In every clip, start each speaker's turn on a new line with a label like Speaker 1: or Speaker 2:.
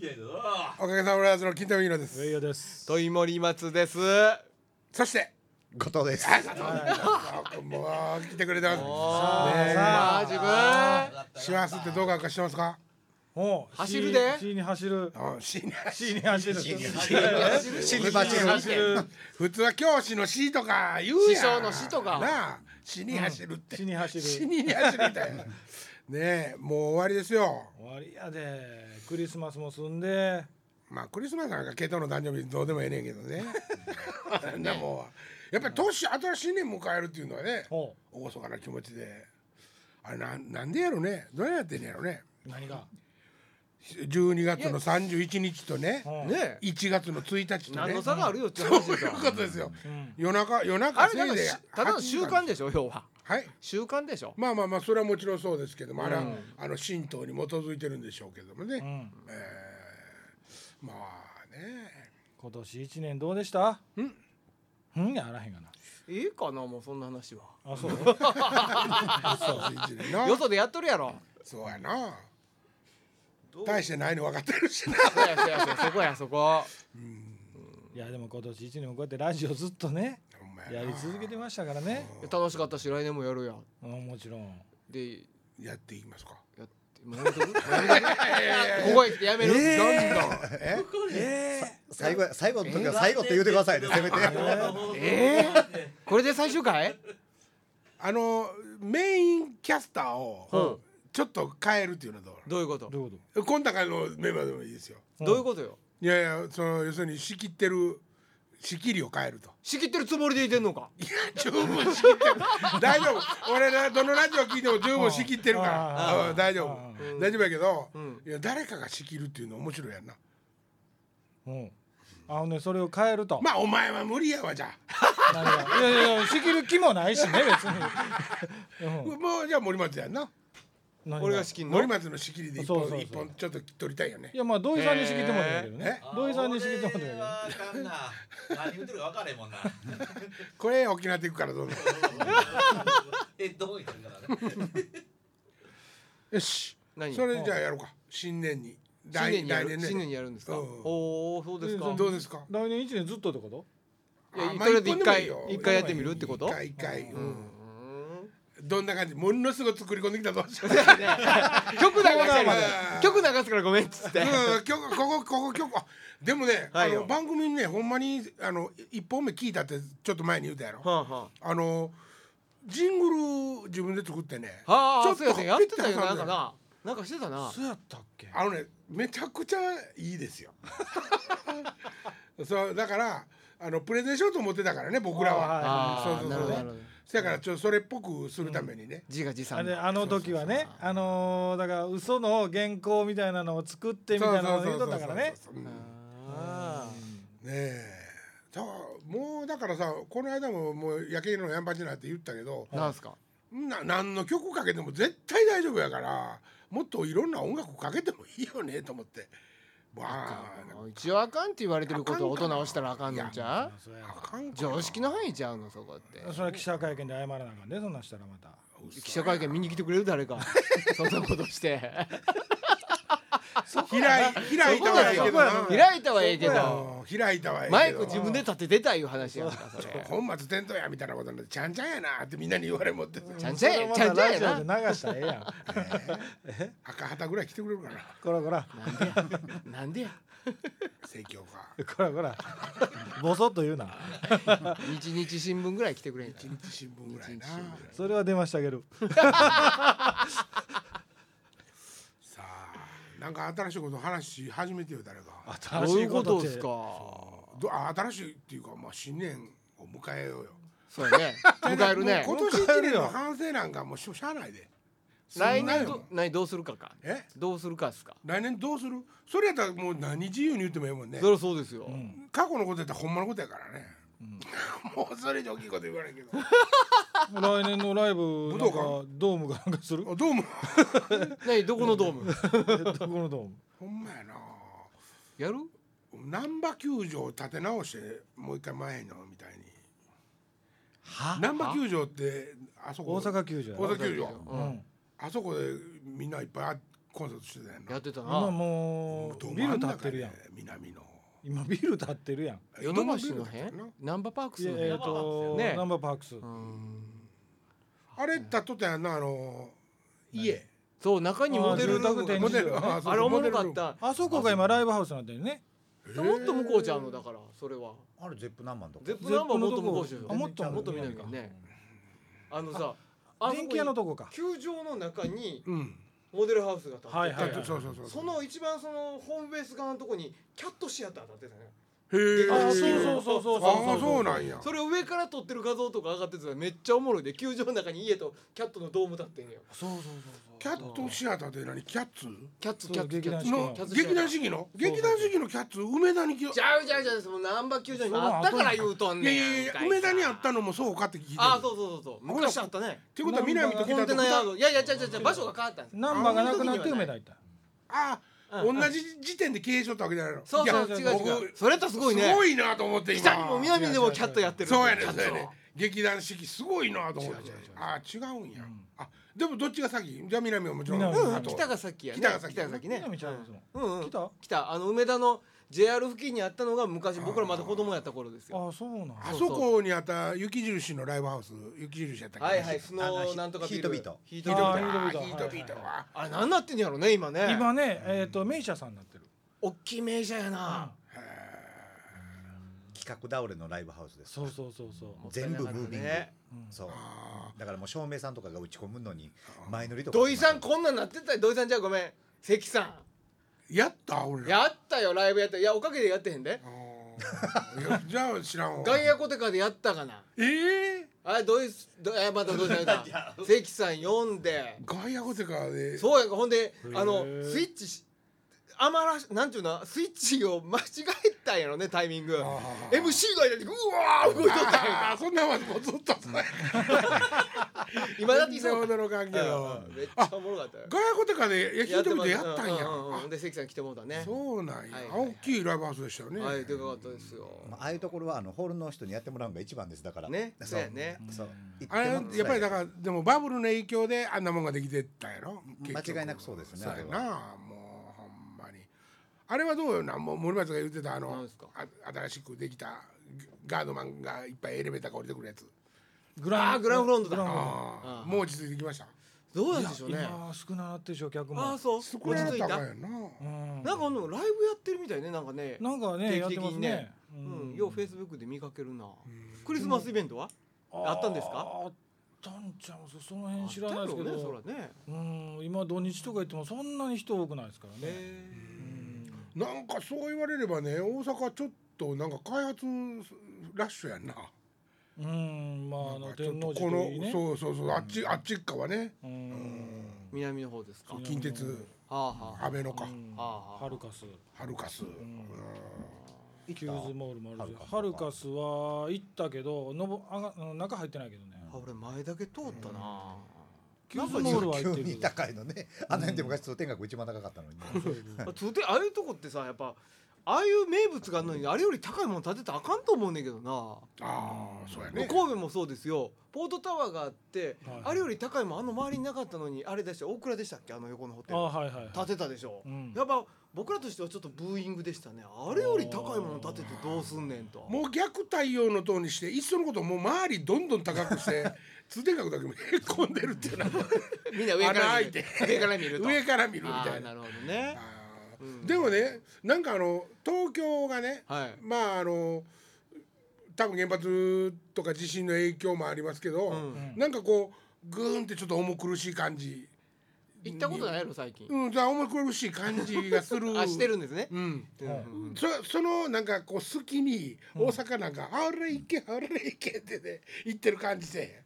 Speaker 1: けどな
Speaker 2: おかげさまでの金田美乃です
Speaker 3: 上与です
Speaker 4: といもりまつです。
Speaker 2: そして
Speaker 5: 後藤です。
Speaker 2: もう来てくれた
Speaker 4: あーさあ自分
Speaker 2: 幸せってどうかしてますか
Speaker 3: もう
Speaker 4: 走るで
Speaker 3: C- C に走る
Speaker 2: あ死ね
Speaker 3: C に走る
Speaker 5: 死に待ちる。
Speaker 3: 走る
Speaker 2: 普通は教師の死とか言うやん
Speaker 4: 師匠の死とか
Speaker 2: なあ死に走るって、
Speaker 3: 死に走る
Speaker 2: 死
Speaker 3: 終
Speaker 2: に走るみたいなねえもう終わりですよ
Speaker 3: わりやでクリスマスも済んで
Speaker 2: まあクリスマスなんかケイトの誕生日どうでもええねんけど ねそんなもんはやっぱり年新しい年迎えるっていうのはね
Speaker 3: ほ
Speaker 2: 厳かな気持ちであれなんなんでやろねどうやってんねやろね
Speaker 3: う何が
Speaker 2: 12月の31日とね
Speaker 3: ほう
Speaker 4: ねえ。
Speaker 2: 1月の1日と
Speaker 4: 何
Speaker 2: ね
Speaker 4: の差があるよって話です
Speaker 2: そ
Speaker 4: よ
Speaker 2: ういう。ことですよ
Speaker 3: うん
Speaker 2: 夜中夜中
Speaker 4: あれなんか
Speaker 2: せい
Speaker 4: し
Speaker 2: ぜい
Speaker 4: ただの習慣
Speaker 2: で
Speaker 4: でしょ要は
Speaker 2: はい
Speaker 4: 習慣でしょ。
Speaker 2: まあまあまあそれはもちろんそうですけどもあれはあの神道に基づいてるんでしょうけども
Speaker 3: う
Speaker 2: ね
Speaker 3: ん
Speaker 2: まあね
Speaker 3: 今年一年どうでしたんんやあらへんがない
Speaker 4: いかなもうそんな話は。
Speaker 3: あそう
Speaker 2: 31年な
Speaker 4: よそでやっとるやろ。
Speaker 2: そうやな
Speaker 1: どう
Speaker 2: 大してないの分かってるしな
Speaker 4: そやそやそやそこやそこ。
Speaker 3: いやでも今年一年もこうやってラジオずっとね
Speaker 2: ほんまやな
Speaker 3: やり続けてましたからね
Speaker 4: 楽しかったし来年もやるや。
Speaker 3: うんもちろん
Speaker 4: で
Speaker 2: やっていきますか
Speaker 4: やってもうや めとくもうやめとくここへ来てやめる。
Speaker 2: どんどんえ
Speaker 5: 最後最後の時は最後って言うてくださいね。せめて。
Speaker 4: ええこれで最終回？
Speaker 2: あのメインキャスターをちょっと変えるっていうのはど
Speaker 4: どういうこと？
Speaker 3: どういうこ
Speaker 2: う今高のメンバーでもいいですよ
Speaker 3: と
Speaker 4: どういうことよ。
Speaker 2: いやいやその要するに仕切ってる仕切りを変えると
Speaker 4: 仕切ってるつもりでいてんのか。
Speaker 2: いや十分仕切ってる 大丈夫俺らどのラジオ聞いても十分仕切ってるか
Speaker 3: あ
Speaker 2: ら
Speaker 3: あ
Speaker 2: うん大丈
Speaker 3: あ
Speaker 2: 夫大丈夫やけど
Speaker 4: うん
Speaker 2: いや誰かが仕切るっていうの面白いやんな
Speaker 3: うんあのねそれを変えると
Speaker 2: まあお前は無理やわじゃあ
Speaker 3: 何がいやいやいや仕切る気もないしね別にうん
Speaker 2: もうじゃあ森松やんな
Speaker 3: 何
Speaker 4: 俺が仕切んの
Speaker 2: 森。松の仕切りで一
Speaker 3: そうそ
Speaker 2: 本
Speaker 3: うそう
Speaker 2: 一本ちょっと取りたいよね
Speaker 3: いやまあ土井さんに仕切ってもらえるけどね
Speaker 2: え
Speaker 3: 土井さんに仕切ってもらえるけ
Speaker 1: 俺はあか
Speaker 3: ど
Speaker 1: んな何言うてるか分からへんもんな
Speaker 2: これ沖縄で行くからどうぞ
Speaker 1: えどう言ってるからね
Speaker 2: よし
Speaker 4: 何？
Speaker 2: それじゃあやろうか新年に
Speaker 4: 新年にや
Speaker 2: 来
Speaker 4: る
Speaker 2: 年ね
Speaker 4: 新年にやるんですか。
Speaker 2: うん
Speaker 4: おおそうですか。
Speaker 2: どうですか
Speaker 3: 来年一年ずっとってこと
Speaker 4: いや
Speaker 2: あ
Speaker 4: と
Speaker 2: まあ
Speaker 4: りあえず一回
Speaker 2: 本でもいいよ
Speaker 4: 一回やってみるってこと
Speaker 2: 一回一回う
Speaker 4: うん
Speaker 2: んどんな感じものすごい作り込んで きたぞ
Speaker 4: 曲流した
Speaker 2: コーナー
Speaker 4: り
Speaker 2: まで
Speaker 4: 曲流すからごめんっつって。
Speaker 2: うん今日ここここ今日あでもね、
Speaker 4: はいよ
Speaker 2: あの番組にねほんまにあの一本目聞いたってちょっと前に言うたやろ、
Speaker 4: はあは
Speaker 2: あのジングル自分で作ってね
Speaker 4: あ。はあ
Speaker 2: ち
Speaker 4: あー
Speaker 2: ょっと
Speaker 4: そうやねやってたよ
Speaker 2: ピッて
Speaker 4: な
Speaker 2: 挟んで
Speaker 4: んかな。なんかしてたな。
Speaker 3: うやったっけ
Speaker 2: あのねめちゃくちゃい いですよそうだからあのプレゼンしようと思ってたからね僕らは
Speaker 4: あ
Speaker 2: そう
Speaker 4: あ
Speaker 2: そう
Speaker 4: な
Speaker 2: そ
Speaker 4: る
Speaker 2: う
Speaker 4: ほど
Speaker 2: ね
Speaker 4: なるほど。
Speaker 2: だからちょっとそれっぽくするためにね、
Speaker 4: 自画自
Speaker 3: あ
Speaker 4: 賛
Speaker 3: れ
Speaker 4: だ。
Speaker 3: あの時はねあのーだから嘘の原稿みたいなのを作ってみ
Speaker 2: そう
Speaker 3: た
Speaker 2: そ
Speaker 3: いうなのを
Speaker 2: そ
Speaker 3: 言う
Speaker 2: う
Speaker 3: と
Speaker 2: そ
Speaker 3: っ
Speaker 2: う
Speaker 3: たからね
Speaker 2: うんね
Speaker 4: あ
Speaker 2: えだからもうだからさこの間ももう焼けのやんばちなんて言ったけど
Speaker 4: あ。なんすか。
Speaker 2: な何の曲かけても絶対大丈夫やからもっといろんな音楽かけてもいいよねと思ってわあ
Speaker 4: 一応あかんって言われてることを大人はしたらあかんのんちゃう
Speaker 3: そうや
Speaker 2: あかんかな
Speaker 4: 常識の範囲ちゃうのそこって
Speaker 3: それは記者会見で謝らなあかんねそんなんしたらまた
Speaker 4: 記者会見見に来てくれる誰 かそんなことして
Speaker 2: 開い開いたはいいけどな
Speaker 4: 開いたはいいけど
Speaker 2: うん開いたはいいけど
Speaker 4: マイク自分で立ててたいう話やんかそれ
Speaker 2: 本末転倒やみたいなことになんでちゃんちゃんやなってみんなに言われもって
Speaker 4: ちゃんちゃんやちゃんちゃんやな
Speaker 3: な流したらええやん
Speaker 2: 赤旗ぐらい来てくれるかな
Speaker 3: こらこら
Speaker 4: なんでや
Speaker 2: 盛況か
Speaker 3: こらこらボソッと言うな
Speaker 4: 一日新聞ぐらい来てくれへんか
Speaker 2: 一日新聞ぐらいな
Speaker 3: それは出ましたけど
Speaker 2: さあなんか新しいこと話し始めてよ誰か
Speaker 4: どういうことですか
Speaker 2: どあ新しいっていうかまあ新年を迎えようよ
Speaker 4: そうやね迎えるね
Speaker 2: もう今年
Speaker 3: 迎
Speaker 2: 一
Speaker 3: える
Speaker 2: 年
Speaker 3: よ
Speaker 2: の反省なんかもうしょしゃあないで
Speaker 4: 来
Speaker 2: そん
Speaker 4: 年
Speaker 2: なん
Speaker 4: ど
Speaker 2: よ
Speaker 4: 何どうするかか
Speaker 2: え
Speaker 4: どうするかっすか
Speaker 2: 来年どうするそれやったらもう何自由に言ってもええもんね
Speaker 4: そりゃそうですよ
Speaker 2: 過去のことやったらほんまのことやからね、 もうそれ以上大きいこと言わないけど
Speaker 3: 来年のライブな
Speaker 2: 武
Speaker 3: ん
Speaker 2: 道
Speaker 3: か
Speaker 2: 館
Speaker 3: ドームかなんかす る
Speaker 2: あどうも
Speaker 4: 何どこのドーム
Speaker 3: どこのドーム
Speaker 2: ほんまやな
Speaker 4: やる
Speaker 2: 難波球場を建て直してもう一回前のみたいに
Speaker 4: は
Speaker 2: 難波球場ってあそこ
Speaker 3: 大阪球場や
Speaker 2: 大阪球
Speaker 4: う
Speaker 2: 場
Speaker 4: ん
Speaker 3: うん
Speaker 2: あそこでみんないっぱいコンサートしてたやん
Speaker 4: や
Speaker 2: な
Speaker 4: ってたな
Speaker 3: 今も
Speaker 2: ど
Speaker 3: うビ
Speaker 2: 真
Speaker 3: ル
Speaker 2: ん
Speaker 3: 建
Speaker 2: 中
Speaker 3: ってるやん
Speaker 2: で南の
Speaker 3: 今ビル建ってるやん
Speaker 4: ヨドバシの
Speaker 2: 江戸
Speaker 4: 辺
Speaker 2: ビルだったよな
Speaker 4: ナンバーパーク
Speaker 3: い
Speaker 4: ス
Speaker 3: や
Speaker 4: の辺
Speaker 3: えっ
Speaker 1: ナンバーパー
Speaker 3: と
Speaker 1: クス
Speaker 4: よね
Speaker 3: ナンバーパークス
Speaker 4: うん
Speaker 2: あれだっとったやんなあの家
Speaker 4: そう中にモデル
Speaker 3: あー住宅展
Speaker 4: モ
Speaker 2: モ
Speaker 4: デ
Speaker 2: デ
Speaker 4: ル
Speaker 2: ルあーそう
Speaker 4: あれ
Speaker 2: そう
Speaker 4: おもろかった
Speaker 3: あそこが今ライブハウスになってるね
Speaker 4: もっと向こうちゃうのだからそれは
Speaker 5: あれゼップ何万とか
Speaker 4: ゼップナンバーもっと向こうちゃう
Speaker 3: あ
Speaker 4: よ
Speaker 3: もっと
Speaker 4: もっと南かねあのさあそこ
Speaker 3: 電
Speaker 4: に
Speaker 3: 気屋のとこか
Speaker 4: 球場の中に
Speaker 2: うん
Speaker 4: モデルハウスが建ってて
Speaker 3: はい
Speaker 2: だってそうそうそう
Speaker 4: その一番そのホームベース側のとこにキャットシアター建ってたね
Speaker 2: へえ
Speaker 3: あそうそうそうそう
Speaker 2: ああそう
Speaker 3: う
Speaker 2: なんや
Speaker 4: それを上から撮ってる画像とか上がってたらめっちゃおもろいで球場の中に家とキャットのドーム建ってんねよ
Speaker 5: そうそうそう
Speaker 2: キャットシアターって何キャッツ
Speaker 4: キャッツ
Speaker 3: そう
Speaker 4: キャッツキ
Speaker 3: 劇
Speaker 4: ャ
Speaker 3: 団
Speaker 4: ッ
Speaker 3: 四
Speaker 4: ツ
Speaker 3: 季
Speaker 2: の
Speaker 4: キャッツシアター
Speaker 2: 劇団四季の劇団四季のキャッツ梅田に来よ
Speaker 4: ちゃうちゃうちゃうそのナンバー球場にあったから言うとん
Speaker 2: い
Speaker 4: ね
Speaker 2: や
Speaker 4: ん
Speaker 2: いやいや梅田にあった
Speaker 4: の
Speaker 2: のもそうかって聞いてる
Speaker 4: ああそうそうそうそう昔あったね
Speaker 2: ってことは南と
Speaker 4: コン
Speaker 2: 北
Speaker 4: テ
Speaker 2: と
Speaker 4: ナヤー
Speaker 2: 二
Speaker 4: ドいやいや違う違う違う場所が変わったんです
Speaker 3: ナンバーがなくなって梅田行った
Speaker 2: あ
Speaker 4: う
Speaker 2: あ
Speaker 4: んうん
Speaker 2: 同じ時点で経営しとったわけじゃないの
Speaker 4: そうそう
Speaker 2: い
Speaker 4: 違
Speaker 2: や
Speaker 4: う違う
Speaker 2: 僕
Speaker 4: それとすごいね
Speaker 2: すごいなと思って
Speaker 4: 北にも
Speaker 2: 今
Speaker 4: 南でもキャットやってる
Speaker 2: そうやね
Speaker 4: キャッ
Speaker 2: そ
Speaker 4: ト
Speaker 2: うやね劇団四季すごいなと思っ
Speaker 4: 違
Speaker 2: て
Speaker 4: う違う違う
Speaker 2: ああ違うんやあでもどっちが先じゃあ南はもちろん
Speaker 3: 南
Speaker 4: うん
Speaker 2: あと
Speaker 4: 北が先やね
Speaker 2: 北が先
Speaker 4: 北が先ね
Speaker 3: 南ちゃうよその
Speaker 4: うんうん
Speaker 3: 来たあ
Speaker 4: 北あの梅田の JR 付近にあったのが昔僕らまだ子供やった頃ですよ
Speaker 3: あそうなん
Speaker 2: あそこにあった雪印のライブハウス雪印やったっけ
Speaker 4: はいはいス
Speaker 5: あ
Speaker 4: ノ
Speaker 5: の
Speaker 4: ーなんとかビル
Speaker 5: ヒートビート
Speaker 4: ヒー
Speaker 2: ヒ
Speaker 4: トビ
Speaker 2: ート
Speaker 4: ー
Speaker 2: ビ
Speaker 4: ト
Speaker 2: ート
Speaker 3: あー
Speaker 2: ヒートビートは
Speaker 4: あれ何なってんやろね今ね
Speaker 3: 今ねえっと名車さんになってる
Speaker 4: おっきい名車やな
Speaker 5: 企画倒れのライブハウスです
Speaker 3: そうそうそうそう
Speaker 4: もったいなかった
Speaker 5: 全部ムービング
Speaker 4: ね
Speaker 5: そう
Speaker 2: あ
Speaker 5: だからもう照明さんとかが打ち込むのに前乗りとか
Speaker 4: 土井さんこんなんなってたよ土井さんじゃあごめん関さ
Speaker 2: ーやった俺
Speaker 4: ん
Speaker 2: ら
Speaker 4: やったよライブやったいやおかげでやってへんで
Speaker 2: あーいやじゃあ知らんわ
Speaker 4: ガイアコテカでやったかな
Speaker 2: ええ
Speaker 4: あれ土井すどえまた土井さんやった関さん読んで
Speaker 2: ガイアゴテカで
Speaker 4: そうやんかほんであの
Speaker 3: ー
Speaker 4: スイッチし余らしなんていうのスイッチを間違えたんやろねタイミング
Speaker 2: あー
Speaker 4: MC が間にうわー動いとったんやん
Speaker 2: あーそんなんはもうずっとそれ
Speaker 4: 今だっていそう
Speaker 2: 驚かんけど
Speaker 4: うんめっちゃおもろかったよ
Speaker 2: ガヤコテカでヒートビートやったんや
Speaker 4: ううううんで関さん来てもうたね
Speaker 2: あそうなんや
Speaker 4: はいはいはい
Speaker 2: 大きいライブハウスでしたよね
Speaker 4: はいでかかったですよ
Speaker 5: まあああいうところはあのホールの人にやってもらうのが一番ですだから
Speaker 4: ねそうやね
Speaker 5: そう行
Speaker 2: あれや
Speaker 5: もら
Speaker 2: っぱりだからでもバブルの影響であんなもんができてったんやろ
Speaker 5: 間
Speaker 2: 結局
Speaker 5: 違いなくそうですね
Speaker 2: そうや
Speaker 5: あ
Speaker 2: なも
Speaker 5: れ
Speaker 2: うほんまにあれはどうよなもう森松が言ってたあ
Speaker 4: 何
Speaker 2: の
Speaker 4: ですか
Speaker 2: あ新しくできたガードマンがいっぱいエレベーターから降りてくるやつ
Speaker 3: グ
Speaker 4: あーグランフロントだ
Speaker 3: グラフロン
Speaker 2: ああもう落ち着いてきました
Speaker 4: どうなんでしょうね
Speaker 3: 今少ななってるでしょ客も
Speaker 4: ああそう
Speaker 2: そこ
Speaker 4: 落
Speaker 2: ら
Speaker 4: ち
Speaker 2: 辺
Speaker 4: 着い
Speaker 2: 高
Speaker 4: た
Speaker 2: い
Speaker 4: な
Speaker 2: やな
Speaker 3: うん
Speaker 4: んかあのライブやってるみたいねなんかね
Speaker 3: なんかね
Speaker 4: 定
Speaker 3: やっ
Speaker 4: 期
Speaker 3: て
Speaker 4: 的
Speaker 3: ます
Speaker 4: に
Speaker 3: ね
Speaker 4: ね
Speaker 3: う
Speaker 4: うん
Speaker 3: ん
Speaker 4: ようフェイスブックで見かけるなクリスマスイベントはあったんですか
Speaker 3: あったんちゃうそその辺知ら
Speaker 4: あ
Speaker 3: ない
Speaker 4: っ
Speaker 3: で
Speaker 4: たよ
Speaker 3: すけ
Speaker 4: ね
Speaker 3: ど
Speaker 4: そらね
Speaker 3: うん今土日とか行ってもそんなに人多くないですからね
Speaker 4: へ
Speaker 2: なんかそう言われればね大阪ちょっとなんか開発ラッシュやんな
Speaker 3: うんまああ
Speaker 2: な
Speaker 3: の
Speaker 2: んかちょ
Speaker 3: 天
Speaker 2: っ
Speaker 3: 王
Speaker 2: と
Speaker 3: 寺
Speaker 2: ことの
Speaker 3: いいね
Speaker 2: そうそうそうあっちあっちっかはね
Speaker 3: うん
Speaker 4: ー南の方ですか
Speaker 3: う
Speaker 4: は
Speaker 3: ん
Speaker 2: 近鉄
Speaker 4: あはあ
Speaker 2: 安倍のか
Speaker 4: ああ
Speaker 3: ハルカス
Speaker 2: ハルカスうん
Speaker 5: 行った
Speaker 3: キューズモールもあるしハ
Speaker 5: ハ
Speaker 3: ル
Speaker 5: ル
Speaker 3: カ
Speaker 5: カ
Speaker 3: スは行ったけどのぼあがうん中入ってないけどね
Speaker 4: あ俺前だけ通ったな
Speaker 3: キューズモールは行っ
Speaker 5: 急
Speaker 3: て
Speaker 5: に
Speaker 3: る
Speaker 5: 高いのねあんなにで昔通天閣一番高かったのにね
Speaker 4: あ通天ああいうとこってさやっぱああいう名物があるのにあれより高いもの建てたらあかんと思うねんけどな
Speaker 2: ああそうやね
Speaker 4: 神戸もそうですよポートタワーがあって、
Speaker 3: はい
Speaker 4: あれより高いもんあの周りになかったのにあれでした大倉でしたっけあの横のホテ
Speaker 3: あ
Speaker 4: ル
Speaker 3: はいはいはい
Speaker 4: 建てたでしょ、
Speaker 3: うん
Speaker 4: やっぱ僕らとしてはちょっとブーイングでしたねあれより高いもの建ててどうすんねんと
Speaker 2: もう逆太陽の塔にしていっそのこともう周りどんどん高くして通天閣だけもへこんでるっていうのは
Speaker 4: みんな上から見る
Speaker 2: 穴開いて
Speaker 4: 上から見ると
Speaker 2: 上から見るみ
Speaker 4: あ
Speaker 2: た
Speaker 4: ー
Speaker 2: いな
Speaker 4: なるほどね
Speaker 2: あーでもねなんかあの東京がね
Speaker 4: はい
Speaker 2: まああの多分原発とか地震の影響もありますけど、
Speaker 4: うん
Speaker 2: なんかこうグーンってちょっと重苦しい感じ
Speaker 4: 行ったことないの最近、
Speaker 2: うんじゃあ重苦しい感じがす る
Speaker 4: あしてるんですね、
Speaker 2: うん
Speaker 4: うんうん
Speaker 2: そそのなんかこう好きに大阪なんか「あれ行けあれ行け」ってね言ってる感じで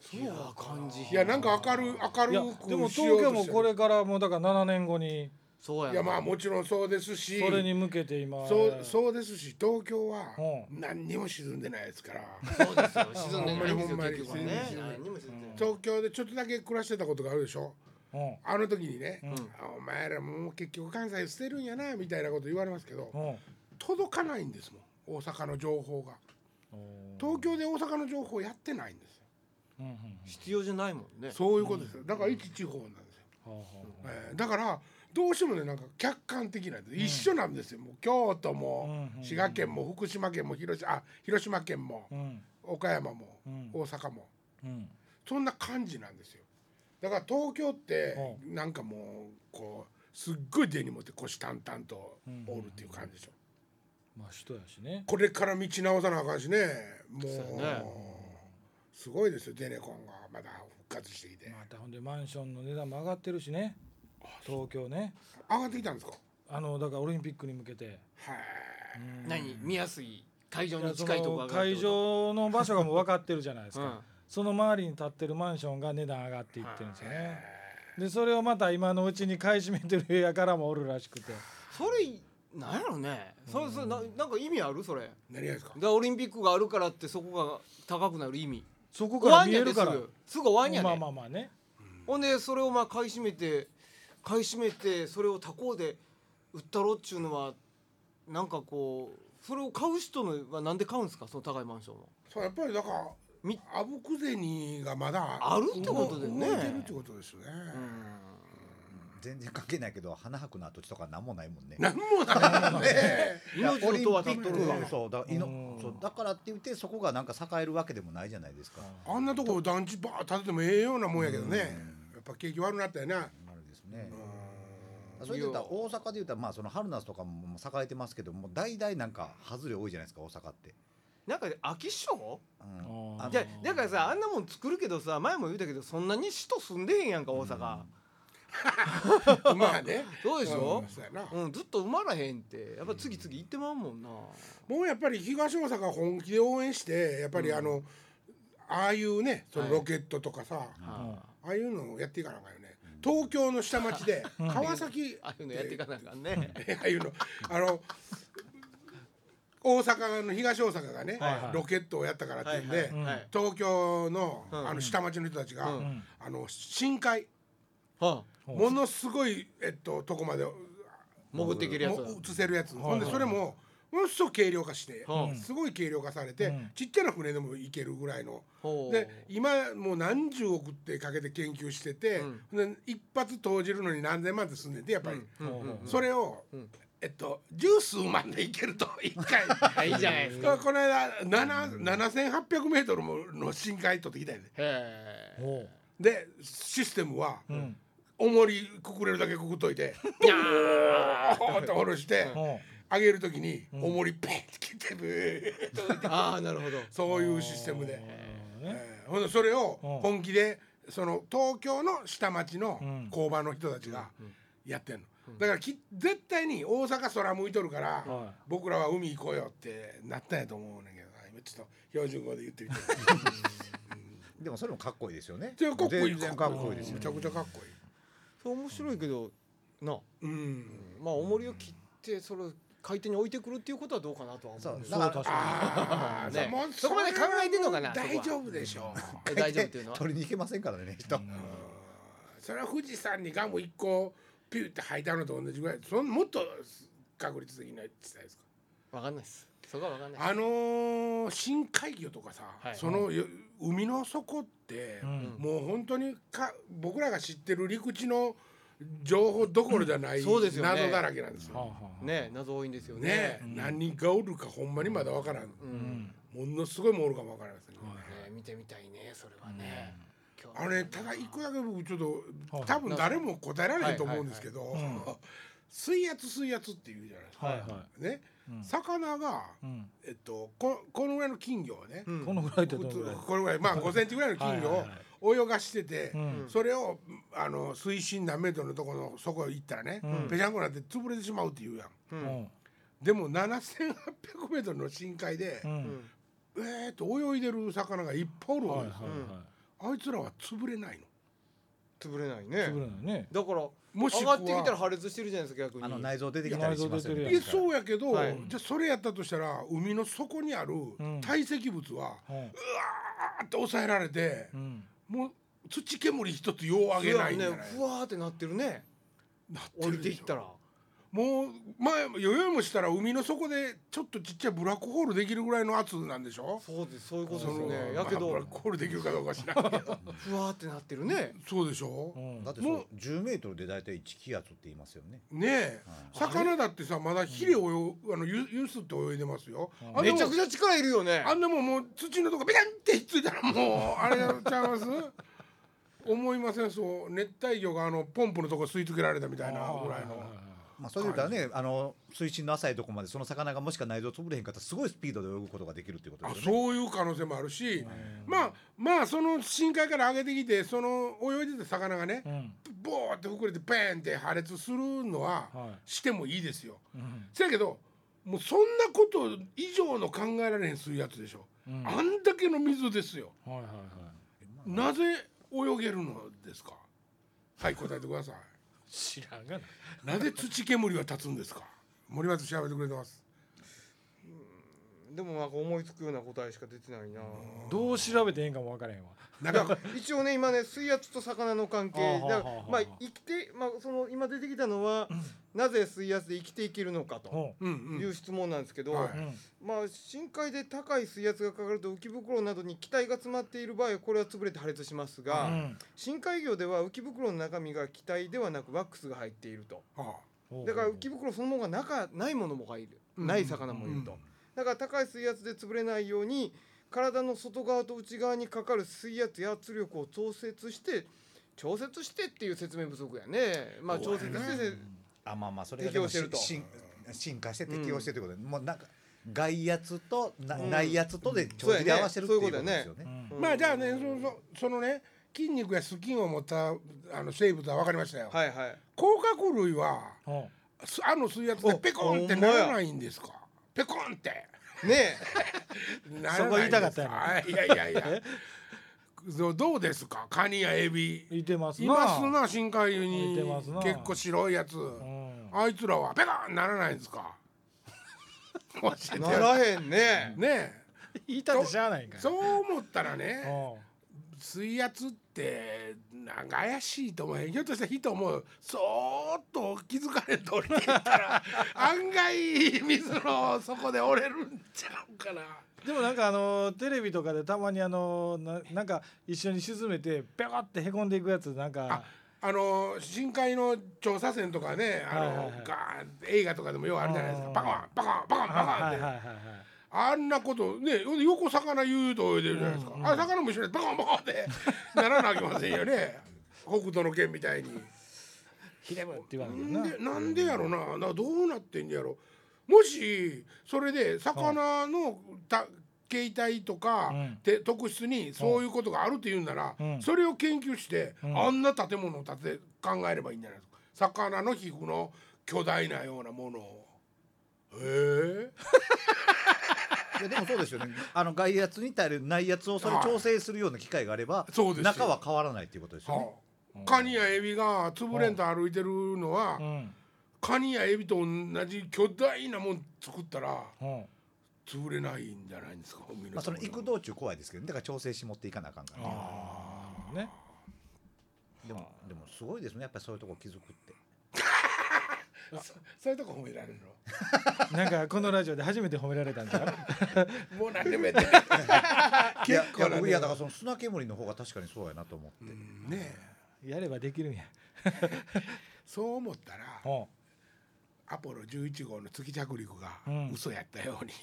Speaker 4: そうや感じ
Speaker 2: いやなんか明る明
Speaker 3: いや
Speaker 2: る
Speaker 3: でも
Speaker 2: くし
Speaker 3: 東
Speaker 2: ようとしてる
Speaker 3: 京もこれからもうだから7年後に
Speaker 4: そうや
Speaker 2: いやまあもちろんそうですし
Speaker 3: それに向けて今
Speaker 2: そうそうですし東京は
Speaker 3: う
Speaker 2: 何にも沈んでないですから
Speaker 4: そうですよ沈んでないんです
Speaker 2: ほ
Speaker 4: よ
Speaker 2: んまに
Speaker 4: 結局はね
Speaker 2: ほんまに
Speaker 4: 何も沈んでない
Speaker 2: 東京でちょっとだけ暮らしてたことがあるでしょ
Speaker 3: うん
Speaker 2: あの時にね「お前らもう結局関西捨てるんやな」みたいなこと言われますけど
Speaker 3: うん
Speaker 2: 届かないんですもん大阪の情報が東京で大阪の情報やってないんですよ
Speaker 3: うんうん
Speaker 4: 必要じゃないもんね
Speaker 2: そういうことですよだから一地方なんですよ
Speaker 3: ほうほう
Speaker 2: えーだからどうしてもねなんか客観的なんで一緒なんですよ、もう京都も、
Speaker 3: うんうん
Speaker 2: 滋賀県も福島県も広島あ広島県も、
Speaker 3: うん
Speaker 2: 岡山も、
Speaker 3: うん
Speaker 2: 大阪も
Speaker 3: うん
Speaker 2: そんな感じなんですよだから東京って
Speaker 3: う
Speaker 2: なんかもうこうすっごい手に持って腰淡々とおるっていう感じでしょ、
Speaker 3: まあ人やしね
Speaker 2: これから道直さなあかんしねもう
Speaker 4: そうやね
Speaker 2: すごいですよゼネコンがまだ復活してきて
Speaker 3: またほんでマンションの値段も上がってるしね東京ね
Speaker 2: 上がってきたんですか
Speaker 3: あのだからオリンピックに向けて
Speaker 2: はい
Speaker 3: うん
Speaker 4: 何見やすい会場
Speaker 3: いや
Speaker 4: に
Speaker 3: そ
Speaker 4: 近いとこ
Speaker 3: の
Speaker 4: 上がるっ
Speaker 3: 会
Speaker 4: てこ
Speaker 3: 場の場所がもう分かってるじゃないです
Speaker 4: と
Speaker 3: か、
Speaker 4: うん
Speaker 3: その周りに建ってるマンションが値段上がっていってるんですよねでそれをまた今のうちに買い占めてる部屋からもおるらしくて
Speaker 4: それなんやろねそれそれななんか意味あるそれ
Speaker 2: 何がですか
Speaker 4: でオリンピックがあるからってそこが高くなる意味
Speaker 3: そこ
Speaker 4: 終
Speaker 3: から
Speaker 4: わん
Speaker 3: 見
Speaker 4: や
Speaker 3: え
Speaker 4: です
Speaker 3: るから
Speaker 4: ぐすぐ終わんや
Speaker 3: ま
Speaker 4: ね
Speaker 3: あまあまあね
Speaker 4: ほんでそれをまあ買い占めて買い占めてそれを他校で売ったろっちゅうのはなんかこうそれを買う人のはなんで買うんですかその高いマンションを
Speaker 2: そうやっぱりだから
Speaker 4: み
Speaker 2: あぶく銭がまだ
Speaker 4: あるってことでね
Speaker 2: 動いてるってことですね、
Speaker 5: 全然関係ないけど花博の跡地とか何もないもんね
Speaker 2: なんもない ね
Speaker 4: 命の塔は立っとるわ
Speaker 5: オリンピックそうだいの
Speaker 3: うん
Speaker 5: そうだからって言ってそこがなんか栄えるわけでもないじゃないですか
Speaker 2: あんなとこ団地ばー建ててもええようなもんやけどねやっぱ景気悪なったよね
Speaker 5: あれですねそれで言ったら大阪で言ったらまあその春夏とかももう栄えてますけどもう大々なんか外れ多いじゃないですか大阪って、
Speaker 4: なんか飽きっしょ
Speaker 5: う
Speaker 3: あ
Speaker 5: ん
Speaker 3: ー
Speaker 5: あの
Speaker 4: じゃだからさあんなもん作るけどさ前も言うたけどそんなに人住んでへんやんか大阪
Speaker 2: まあね
Speaker 4: そうでしょ
Speaker 2: うんそうやな
Speaker 4: うんずっと埋まらへんってやっぱ次々行ってまうもんな
Speaker 2: もうやっぱり東大阪本気で応援してやっぱりあの、ああいうねその
Speaker 4: はい
Speaker 2: ロケットとかさ、
Speaker 4: あ
Speaker 2: ああいうのをやっていかなあかんよね東京の下 町で川崎
Speaker 4: あいうのやっていかなあかんね
Speaker 2: ああいうのあの大阪の東大阪がね、
Speaker 3: はいはい
Speaker 2: ロケットをやったからっていうんで、
Speaker 4: はいはい
Speaker 2: 東京の,、
Speaker 4: うん
Speaker 2: あの下町の人たちが、
Speaker 4: うん
Speaker 2: あの深海
Speaker 4: はあ
Speaker 3: うん
Speaker 2: ものすごい、えっと、とこまで
Speaker 4: 潜っていけるやつ
Speaker 2: もう映せるやつ、
Speaker 3: い
Speaker 2: ほんでそれもものすごく軽量化して、
Speaker 4: うん
Speaker 2: すごい軽量化されて、
Speaker 3: うん
Speaker 2: ちっちゃな船でも行けるぐらいの。
Speaker 4: ほう
Speaker 2: で今もう何十億ってかけて研究してて、で一発投じるのに何千万ってすんねんてやっぱり、
Speaker 4: うんうんうん
Speaker 2: それを、
Speaker 4: うん
Speaker 2: えっと十数万でいけると一回
Speaker 4: あいいじゃないですか。
Speaker 2: この間7 7800メートルもの深海取ってきたよね
Speaker 4: へえ。
Speaker 3: ほ
Speaker 2: でシステムは、
Speaker 3: ううん
Speaker 2: 重りくくれるだけくくっといて
Speaker 4: にゃー
Speaker 2: ポーンと下ろして
Speaker 3: ほ
Speaker 2: 上げる時に重りペンって切ってブーッと置いて
Speaker 4: ああなるほど。
Speaker 2: そういうシステムで
Speaker 3: う、なるほどね
Speaker 2: えーほんでそれを
Speaker 3: うん
Speaker 2: 本気でその東京の下町の
Speaker 3: うん
Speaker 2: 工場の人たちがやってんの、だからき絶対に大阪空向いとるから、
Speaker 3: は
Speaker 2: 僕らは海行こうよってなったんやと思うねんけどな今ちょっと標準語で言ってみて
Speaker 5: でもそれもかっこいいですよね
Speaker 2: でもかっこいい
Speaker 5: 全然かっこいいですよ
Speaker 2: めちゃくちゃかっこ
Speaker 4: そう面白いけどな
Speaker 2: いいうん
Speaker 4: まあ重りを切ってそれを回転に置いてくるっていうことはどうかなとは思。
Speaker 5: そうう
Speaker 3: い
Speaker 5: だ
Speaker 3: そう
Speaker 5: か
Speaker 3: 確
Speaker 5: ら
Speaker 3: か
Speaker 2: あー
Speaker 4: ね
Speaker 2: もう
Speaker 4: そこまで考えてんのかな
Speaker 2: それはもう大丈夫でしょう
Speaker 4: え大丈夫っていうのは。
Speaker 5: 取りに行けませんからね人、
Speaker 2: それは富士山にガム一個ピュって吐いたのと同じぐらいそんもっと確率的になってたんですか
Speaker 4: わかんないです。そこはわかんない。
Speaker 2: あのー深海魚とかさ、
Speaker 4: はい
Speaker 2: そのよ海の底って、
Speaker 3: ん
Speaker 2: もう本当にか僕らが知ってる陸地の情報どころじゃない、
Speaker 4: うんそうですよね
Speaker 2: 謎だらけなんです
Speaker 3: にはあ
Speaker 2: よ。
Speaker 3: はあ
Speaker 4: ね謎多いんですよね。
Speaker 2: ねえ、何がおるかほんまにまだわからん、
Speaker 4: うん。
Speaker 2: ものすごいもんおるかもわからんですね、
Speaker 4: ね見てみたいねそれはね。今日
Speaker 2: あれただ一個だけ僕ちょっ
Speaker 3: は
Speaker 2: と
Speaker 3: い
Speaker 2: 多分誰も答えられないと思うんですけど 水圧水圧っていうじゃないですか。
Speaker 3: はいは
Speaker 2: ね、
Speaker 3: いうん
Speaker 2: 魚が、
Speaker 3: うん
Speaker 2: えっと、ここのぐらいの金魚をね、
Speaker 4: うん
Speaker 3: このぐらいって
Speaker 2: 普
Speaker 3: どの
Speaker 2: 通
Speaker 3: ぐらい
Speaker 2: このぐらいまあ5センチぐらいの金
Speaker 3: はいはい
Speaker 2: 魚を泳がしてて、
Speaker 3: うん
Speaker 2: それをあの水深何メートルのところの底行ったらね、
Speaker 3: うん
Speaker 2: ぺちゃんこになって潰れてしまうっていうやん。
Speaker 4: うん
Speaker 2: でも7800メートルの深海で
Speaker 3: う、んう
Speaker 4: うんん
Speaker 2: えーっと泳いでる魚がいっぱいおるわ
Speaker 3: はい
Speaker 2: け
Speaker 3: はい
Speaker 2: ですよ、
Speaker 3: は
Speaker 2: あいつらは潰れないの。
Speaker 4: 潰れない
Speaker 3: い
Speaker 4: ね
Speaker 3: 潰。れないね
Speaker 4: だから
Speaker 2: も
Speaker 4: 上
Speaker 2: く
Speaker 4: が
Speaker 2: は
Speaker 4: ってきたら破裂してるじゃないですか逆に。
Speaker 5: あの内臓出てきたりします
Speaker 3: 内臓出
Speaker 5: よ
Speaker 3: て
Speaker 2: い
Speaker 5: ね
Speaker 3: る
Speaker 2: やそうやけど、
Speaker 4: はい
Speaker 2: じゃあそれやったとしたら海の底にある
Speaker 3: ん
Speaker 2: 堆積物は
Speaker 3: はい
Speaker 2: あーって抑えられて、
Speaker 3: うん
Speaker 2: もう土煙一つよう上げないんじゃない、
Speaker 4: ふわーってなってるね。
Speaker 2: なって
Speaker 4: 降
Speaker 2: る
Speaker 4: りて
Speaker 2: で
Speaker 4: い
Speaker 2: し
Speaker 4: っ
Speaker 2: ょ
Speaker 4: たら。
Speaker 2: もう前よよいもしたら海の底でちょっとちっちゃいブラックホールできるぐらいの圧なんでしょ
Speaker 4: そうですそういうことで
Speaker 2: そ
Speaker 4: す
Speaker 2: の
Speaker 4: ね
Speaker 2: まあ
Speaker 4: やけど
Speaker 2: ブラックホールできるかどうか知らんけ ど
Speaker 4: ふわーってなってるね
Speaker 2: そうでしょ
Speaker 3: うん
Speaker 5: だって
Speaker 2: も
Speaker 5: そう
Speaker 2: う
Speaker 5: 10メートルで大体1気圧って言いますよね。
Speaker 2: ねえ魚だってさまだヒレ泳ぐあのゆゆすって泳いでますよあんな
Speaker 4: め
Speaker 2: もん
Speaker 4: ちゃくちゃ力いるよね
Speaker 2: あんなもんもう土のとこビタンってひっついたらもうあれやっちゃいます思いませんそう熱帯魚があのポンプのとこ吸い付けられたみたいなぐらいの
Speaker 5: まあそれで言ったらね、あの水深の浅いとこまでその魚がもしか内臓潰れへんかったらすごいスピードで泳ぐことができるっていうこと
Speaker 2: あ
Speaker 5: ですよね。
Speaker 2: そういう可能性もあるしまあまあその深海から上げてきてその泳いでた魚がね
Speaker 3: うん
Speaker 2: ボーって膨れてペーンって破裂するのは
Speaker 3: は
Speaker 2: してもいいですよ。
Speaker 3: いうん
Speaker 2: せやけどもうそんなこと以上の考えられへん水圧でしょ、
Speaker 3: うん
Speaker 2: あんだけの水ですよ
Speaker 3: はいはいはい
Speaker 2: なぜ泳げるのですかはい答えてください
Speaker 3: 知らんがな
Speaker 2: なぜ土煙は立つんですか森松調べてくれてます
Speaker 4: でもなんか思いつくような答えしか出てないな
Speaker 3: どう調べていいんかも分からへんわ
Speaker 2: なん か
Speaker 4: 一応ね今ね水圧と魚の関係
Speaker 3: あー
Speaker 4: だ
Speaker 3: は
Speaker 4: か
Speaker 3: ーはー
Speaker 4: ら
Speaker 3: はー
Speaker 4: まあ生きてまあその今出てきたのはなぜ水圧で生きていけるのかと
Speaker 3: ほ
Speaker 2: うん
Speaker 4: いうう質問なんですけど、
Speaker 2: はい
Speaker 3: うんうん
Speaker 4: まあ深海で高い水圧がかかると浮き袋などに気体が詰まっている場合はこれは潰れて破裂しますが、
Speaker 3: うん
Speaker 4: 深海魚では浮き袋の中身が気体ではなくワックスが入っていると
Speaker 2: あ
Speaker 3: ほう
Speaker 4: だから浮き袋そのものが中ないものもがいる、ない魚もいると、だから高い水圧で潰れないように体の外側と内側にかかる水圧や圧力を調節して調節してっていう説明不足やねまあ調節してせ
Speaker 5: あまあまあそれがでも
Speaker 4: 適応してると
Speaker 5: 進進化して適応してということで、もうなんか外圧とな、
Speaker 4: うん
Speaker 5: 内圧とで
Speaker 4: そうや
Speaker 5: 調子
Speaker 4: ね
Speaker 5: で合わせるっていう
Speaker 4: そう
Speaker 5: こ
Speaker 4: いうこととや
Speaker 5: で
Speaker 4: ね
Speaker 5: すよね。
Speaker 3: うん
Speaker 2: まあじゃあねそのそのね筋肉やスキンを持ったあの生物は分かりましたよ、
Speaker 4: はいはい
Speaker 2: 甲殻類は
Speaker 3: ほう
Speaker 2: すあの水圧でペコンってならないんですかペコンって
Speaker 4: ね
Speaker 2: ならないです
Speaker 3: そこ言いたかったよ
Speaker 2: あいやいやい やどどうですかカニやエビ
Speaker 3: いてます
Speaker 2: い
Speaker 3: な
Speaker 2: ますな深海魚に
Speaker 3: いてますな
Speaker 2: 結構白いやつ、
Speaker 3: うん
Speaker 2: あいつらはペコンならないんですか教えて
Speaker 4: え
Speaker 2: よ
Speaker 4: ならへんね
Speaker 2: ね
Speaker 3: 言いたってしゃあないんか
Speaker 2: え
Speaker 3: い
Speaker 2: そう思ったらね
Speaker 3: ほ
Speaker 2: 水圧ってなんか怪しいと思うひょっとしたら人もそーっと気づかれて降りていった ら案外水の底で折れるんちゃうかな
Speaker 3: うでもなんかあのテレビとかでたまにあのななんか一緒に沈めてペコってへこんでいくやつなんか
Speaker 2: あの深海の調査船とかねあの、
Speaker 3: はいはいはい
Speaker 2: ガーンって映画とかでもようあるじゃないですか
Speaker 3: うん
Speaker 2: パコンパコンパコンパコンっ
Speaker 3: は
Speaker 2: て
Speaker 3: いはいはいはい
Speaker 2: あんなことね横魚言うと泳いでるじゃないですか、あ魚も一緒でバコンバコンってならなきゃいけませんよ ね北斗の剣みたいに
Speaker 3: ひれむって言われる
Speaker 2: な
Speaker 3: なん
Speaker 2: でなんでやろななどうなってんやろもしそれで魚のた携帯とか、
Speaker 3: うん
Speaker 2: て特質にそういうことがあるって言うんなら、
Speaker 3: うん
Speaker 2: それを研究して、
Speaker 3: ん
Speaker 2: あんな建物を建てて考えればいいんじゃないですか魚の皮膚の巨大なようなものを。へえ
Speaker 5: いやでもそうですよね。あの外圧に対する内圧をそれ調整するような機会があれば、
Speaker 2: そうですよ
Speaker 5: 中は変わらないっていうことですよね
Speaker 2: は。あカニやエビが潰れんと歩いてるのは、
Speaker 3: うん
Speaker 2: カニやエビと同じ巨大なもん作ったら
Speaker 3: うん
Speaker 2: 潰れないんじゃないんですか海の
Speaker 5: まあその
Speaker 2: 底
Speaker 5: 行く道中怖いですけど、ね、だから調整し持っていかなあかんから、ね。
Speaker 3: ね
Speaker 5: でもでもすごいですね。やっぱりそういうとこ気づくって。
Speaker 2: そういうとこ褒められる
Speaker 3: なんかこのラジオで初めて褒められたんじゃう
Speaker 2: の もう何でもやってない
Speaker 5: いや
Speaker 2: 結構
Speaker 5: いや
Speaker 2: な
Speaker 5: 僕い
Speaker 2: ね
Speaker 5: やだからその砂煙の方が確かにそうやなと思って。
Speaker 2: うんね
Speaker 3: やればできるんや
Speaker 2: えそう思ったら
Speaker 3: ほ
Speaker 2: アポロ11号の月着陸が
Speaker 3: うん
Speaker 2: 嘘やったように、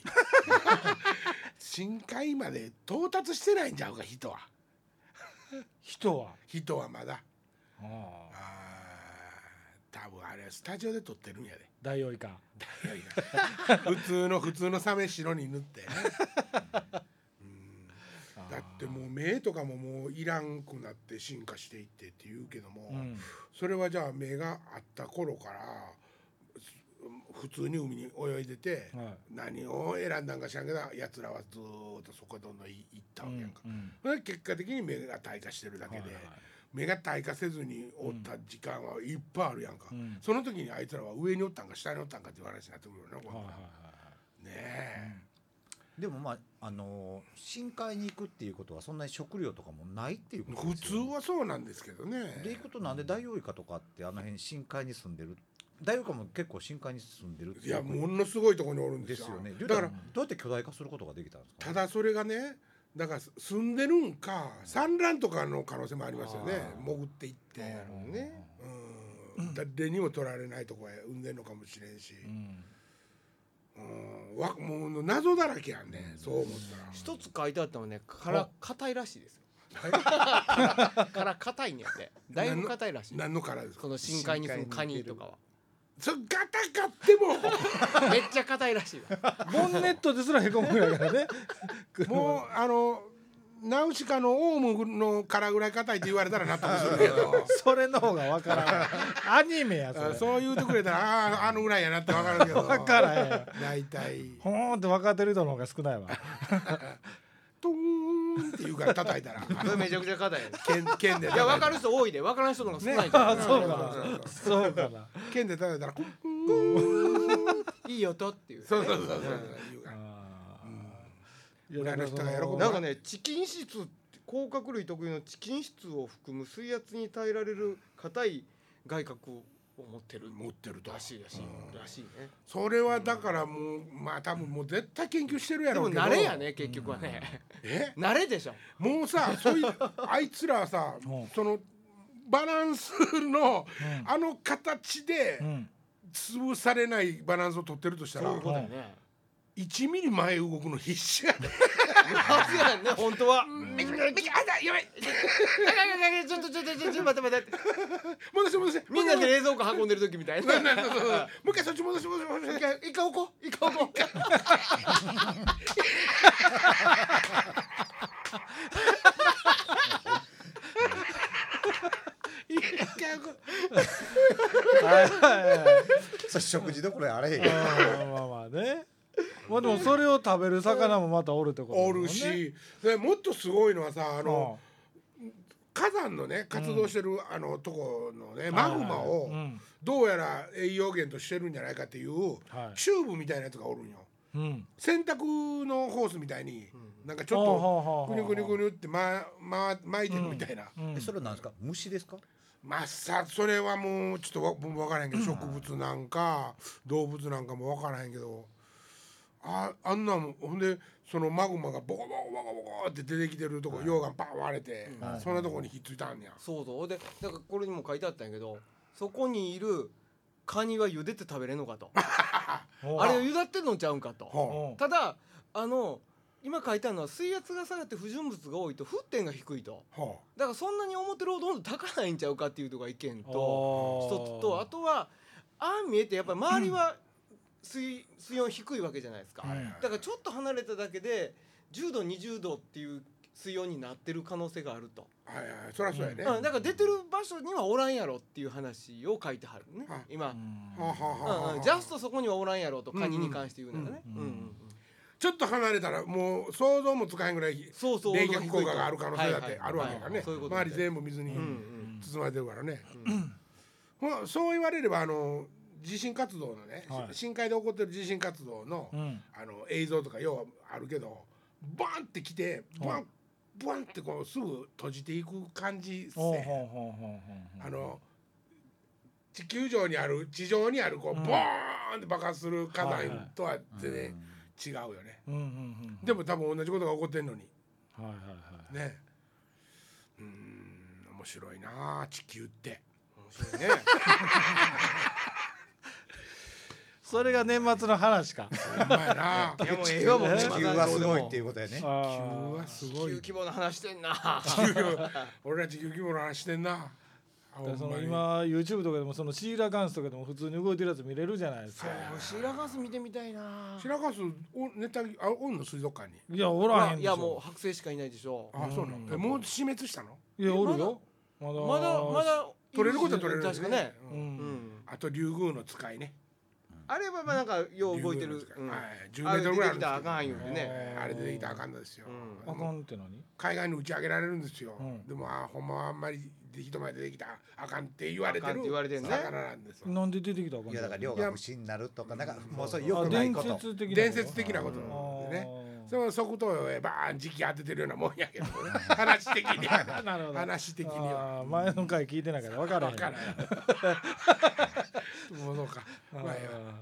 Speaker 2: 深海まで到達してないんちゃうか人は
Speaker 3: う人は
Speaker 2: 人はまだ
Speaker 3: あ
Speaker 2: あ
Speaker 3: あ
Speaker 2: ー多分あれスタジオで撮ってるんやで
Speaker 3: ダイオウイカ
Speaker 2: いやいや 普通の普通のサメ白に塗ってね、うんだってもう目とかももういらんくなって進化していってって言うけども、
Speaker 3: うん
Speaker 2: それはじゃあ目があった頃からす普通に海に泳いでて、
Speaker 3: はい
Speaker 2: 何を選んだんか知らんけどやつらはずーっとそこへどんどんい行ったわけやんか、
Speaker 3: うん
Speaker 2: それで結果的に目が退化してるだけで、
Speaker 3: はいはい
Speaker 2: 目が退化せずにおった時間はいっぱいあるやんか、
Speaker 3: ん
Speaker 2: その時にあいつらは上におったんか下におったんかっていう話になってくるよな、こ
Speaker 3: は
Speaker 2: れ
Speaker 3: いはい
Speaker 2: ね
Speaker 3: はい
Speaker 2: え、
Speaker 5: でもまああのー深海に行くっていうことはそんなに食料とかもないっていうこと
Speaker 2: 普
Speaker 5: ですよ、ね。
Speaker 2: 通はそうなんですけどね
Speaker 5: で行くとなんでダイオウイカとかってあの辺深海に住んでる大岡も結構深海に住んでるって
Speaker 2: い
Speaker 5: い
Speaker 2: や
Speaker 5: う
Speaker 2: ものすごいところにおるんで
Speaker 5: ですす
Speaker 2: よ
Speaker 5: よね
Speaker 2: だか
Speaker 5: だから
Speaker 2: ら
Speaker 5: どうやって巨大化することができたんですか
Speaker 2: ただそれがねだから住んでるんか産卵とかの可能性もありますよね
Speaker 5: あー
Speaker 2: 潜っていって
Speaker 4: ね
Speaker 2: うん誰にも取られないとこへ産んでるのかもしれんし、
Speaker 3: うん
Speaker 2: うん、わもう謎だらけやんねそう思ったら。
Speaker 4: 一つ書いてあったのはね殻硬いらしいですよ殻硬いんやってだいぶ硬いらしい
Speaker 2: 何の殻ですか
Speaker 4: この深海に住むカニとかは
Speaker 2: それガタガっても
Speaker 4: めっちゃ硬いらしいわ
Speaker 3: ボンネットですらへこむぐらいだからね
Speaker 2: もうあのナウシカのオウムの殻ぐらい硬いって言われたら納得するけど
Speaker 3: それの方がわからんアニメやそ
Speaker 2: あ
Speaker 3: れ
Speaker 2: そう言うてくれたらあああのぐらいやなって分かるけど
Speaker 3: わからへんよ
Speaker 2: 大体
Speaker 3: ほーんって分かってる人の方が少ないわ
Speaker 2: トーンって言うから叩いたら
Speaker 4: それめちゃくちゃ硬い
Speaker 2: 剣剣で
Speaker 4: いや分か
Speaker 2: る
Speaker 4: る人多いで分からん人の方が少ないんだよ
Speaker 3: あそうかなそうかな
Speaker 2: 剣で叩いたらコンコン
Speaker 4: いい音っていう
Speaker 2: そうそうそうそう言うから
Speaker 3: あー
Speaker 2: うん村の人が喜ぶわ
Speaker 4: なんかねチキン質って甲殻類特有のチキン質を含む水圧に耐えられる硬い外殻を持ってる
Speaker 2: 持ってると
Speaker 4: らしいらしい、らしいね
Speaker 2: それはだからもうまあ多分もう絶対研究してるや
Speaker 4: で
Speaker 2: ろ
Speaker 4: も
Speaker 2: うけど
Speaker 4: 慣れやね結局はね、
Speaker 2: え
Speaker 4: 慣れでしょ
Speaker 2: もうさそういうあいつらはさ
Speaker 3: うん
Speaker 2: そのバランスの
Speaker 3: うん
Speaker 2: あの形で
Speaker 3: うん
Speaker 2: 潰されないバランスを取ってるとしたら
Speaker 4: そういうことやね
Speaker 2: 1ミリ前動くの必死やね
Speaker 4: はずやんね本当は
Speaker 2: めちゃめちゃめちゃあだやばい
Speaker 4: ちょっとちょっとちょっとちょっと待って待って
Speaker 2: 戻して戻して
Speaker 4: みんなで冷蔵庫運んでる時みたいな
Speaker 2: そうそうそうそうもう一回そっち戻して戻して戻して
Speaker 4: 一回置こう一回置こう
Speaker 3: はいはいはい
Speaker 5: それ食事どころやあれへんよ
Speaker 3: あーまあまあねまあでもそれを食べる魚もまたおるってことだも
Speaker 2: お
Speaker 3: んね
Speaker 2: るしそれもっとすごいのはさあの
Speaker 3: う
Speaker 2: 火山のね活動してるあのとこのね
Speaker 3: ん
Speaker 2: マグマ
Speaker 3: はい
Speaker 2: を
Speaker 3: はいうん
Speaker 2: どうやら栄養源としてるんじゃないかっていう
Speaker 3: はい
Speaker 2: チューブみたいなやつがおるんよ
Speaker 3: うん
Speaker 2: 洗濯のホースみたいになんかちょ
Speaker 3: ほうほうほ
Speaker 2: っ
Speaker 3: う
Speaker 2: と
Speaker 3: ほう
Speaker 2: くにゅくにゅくにゅってまま巻いてるみたいな
Speaker 3: うん
Speaker 5: えそれなんですか虫ですか
Speaker 2: まあさそれはもうちょっとわ僕も分からへんけど植物なんか動物なんかも分からへんけどああんなんもほんでそのマグマがボコボコボコボコって出てきてるとこ溶岩パン割れて
Speaker 3: はい
Speaker 2: そんなとこにひっついたんや
Speaker 4: そうそうでなんかこれにも書いてあったんやけどそこにいるカニは茹でて食べれんのか と
Speaker 3: ほう
Speaker 4: あれを茹だってんのちゃうんかと
Speaker 2: ほ
Speaker 3: ほう
Speaker 4: ただあの今書いてあるのは水圧が下がって不純物が多いと沸点が低いと
Speaker 2: うほ
Speaker 4: だからそんなに表るほど温度高ないんちゃうかっていうとが意見と
Speaker 3: おー
Speaker 4: 一つとあとはああ見えてやっぱり周りは水,、水温低いわけじゃないですか、
Speaker 2: うはいはい
Speaker 4: だからちょっと離れただけで10度20度っていう水温になってる可能性があると、
Speaker 2: はいはいそりゃそうやね
Speaker 4: うん、だから出てる場所にはおらんやろっていう話を書いてはるね
Speaker 2: はい
Speaker 4: 今、
Speaker 3: うん
Speaker 2: はあ
Speaker 4: う
Speaker 2: はあ
Speaker 4: ん
Speaker 2: はあは
Speaker 4: うん
Speaker 2: あ
Speaker 4: ジャストそこにはおらんやろとカニに関して言うならね、
Speaker 3: う
Speaker 4: うんん
Speaker 3: うんうん
Speaker 2: ちょっと離れたらもう想像もつかへんぐらい
Speaker 4: そうそう
Speaker 2: 冷却効果がある可能性だっ
Speaker 4: はい
Speaker 2: て
Speaker 4: はい
Speaker 2: あるわけやからね
Speaker 4: そういうことで
Speaker 2: 周り全部水に
Speaker 4: うん
Speaker 2: 包まれてるからね
Speaker 4: うんうん
Speaker 2: まあ、そう言われればあの地震活動のね、
Speaker 3: はい
Speaker 2: 深海で起こってる地震活動の,、
Speaker 3: うん
Speaker 2: あの映像とかようあるけどバンって来てバン、
Speaker 3: はい
Speaker 2: バンってこうすぐ閉じていく感じっす
Speaker 3: ほうほう
Speaker 2: ね。
Speaker 3: ほうほうほう
Speaker 2: あの地球上にある地上にあるこう、
Speaker 3: うん
Speaker 2: ボーンって爆発する火
Speaker 3: はいはい
Speaker 2: 山とは全
Speaker 5: う
Speaker 2: 然
Speaker 5: ん
Speaker 2: 違うよね。
Speaker 3: うんうんうん
Speaker 2: でも多分同じことが起こってんのに
Speaker 3: はいはいはい
Speaker 2: ね。うーん面白いなあ地球って。
Speaker 4: 面白いね
Speaker 3: それが年末の話か
Speaker 2: ほんまやな
Speaker 4: いやもうえ
Speaker 5: 地
Speaker 4: え
Speaker 5: 球
Speaker 4: わもう
Speaker 5: は地球はすごいっていううことやね
Speaker 2: 地
Speaker 3: あ
Speaker 2: 球は
Speaker 3: ー
Speaker 2: すごい
Speaker 4: 地球規模の話してんな
Speaker 2: 地球規模俺ら地球規模の話してんな。あ
Speaker 3: だからそ
Speaker 2: ほんま
Speaker 3: の
Speaker 2: に
Speaker 3: 今 YouTube とかでもそのシーラガンスとかでも普通に動いてるやつ見れるじゃないですか
Speaker 4: 白ガス見てみたいな
Speaker 2: 白川須おネタあオンの水族館に。
Speaker 3: いやおらへんでし
Speaker 4: い
Speaker 3: ょ
Speaker 4: やもう白星しかいないでしょ
Speaker 2: あそうなの。えもう死滅したの？
Speaker 3: いやおるよまだ
Speaker 4: まだまだ
Speaker 2: 取れることは取れるよ
Speaker 4: 確かね、
Speaker 3: う
Speaker 2: うん
Speaker 4: うんん、
Speaker 2: あと竜宮の使いね。
Speaker 4: あれはまあなんかよう動いて
Speaker 2: 竜
Speaker 4: る
Speaker 2: 宮の使
Speaker 4: うん
Speaker 2: はい、十メ
Speaker 4: あ
Speaker 2: ー
Speaker 4: れ
Speaker 2: ト
Speaker 4: 出
Speaker 2: ル
Speaker 4: て
Speaker 2: ぐらいあ
Speaker 4: き
Speaker 2: るん
Speaker 4: たらあ
Speaker 2: で
Speaker 4: かん言うてね
Speaker 2: すけど。あれ出てきたらあかんのですよ。
Speaker 4: うん
Speaker 3: あ
Speaker 2: あ
Speaker 3: か
Speaker 2: の
Speaker 3: んって何
Speaker 2: 海外に打ち上げられるんですよ。
Speaker 3: うん
Speaker 2: でもあほんまはあんまり人前で出てきたらあかんって言われて
Speaker 4: あかん
Speaker 2: る
Speaker 4: って言われてんね
Speaker 2: 魚なんですよ。
Speaker 3: なんで出てきたらあかん
Speaker 5: いやだから量が虫になるとかなんかもうそれよ
Speaker 3: あ
Speaker 5: くな
Speaker 3: 伝
Speaker 5: いこと
Speaker 3: 説的な
Speaker 2: 伝説的なこと
Speaker 3: あ
Speaker 2: なん
Speaker 3: ー
Speaker 2: でね。その即答へバーン時期当ててるようなもんや けどね話的には
Speaker 3: なるほど
Speaker 2: 話的には
Speaker 3: あー前の回聞いてないから分からへ
Speaker 2: 分
Speaker 3: ん
Speaker 2: からんものか。
Speaker 3: あ
Speaker 2: まあ
Speaker 3: ー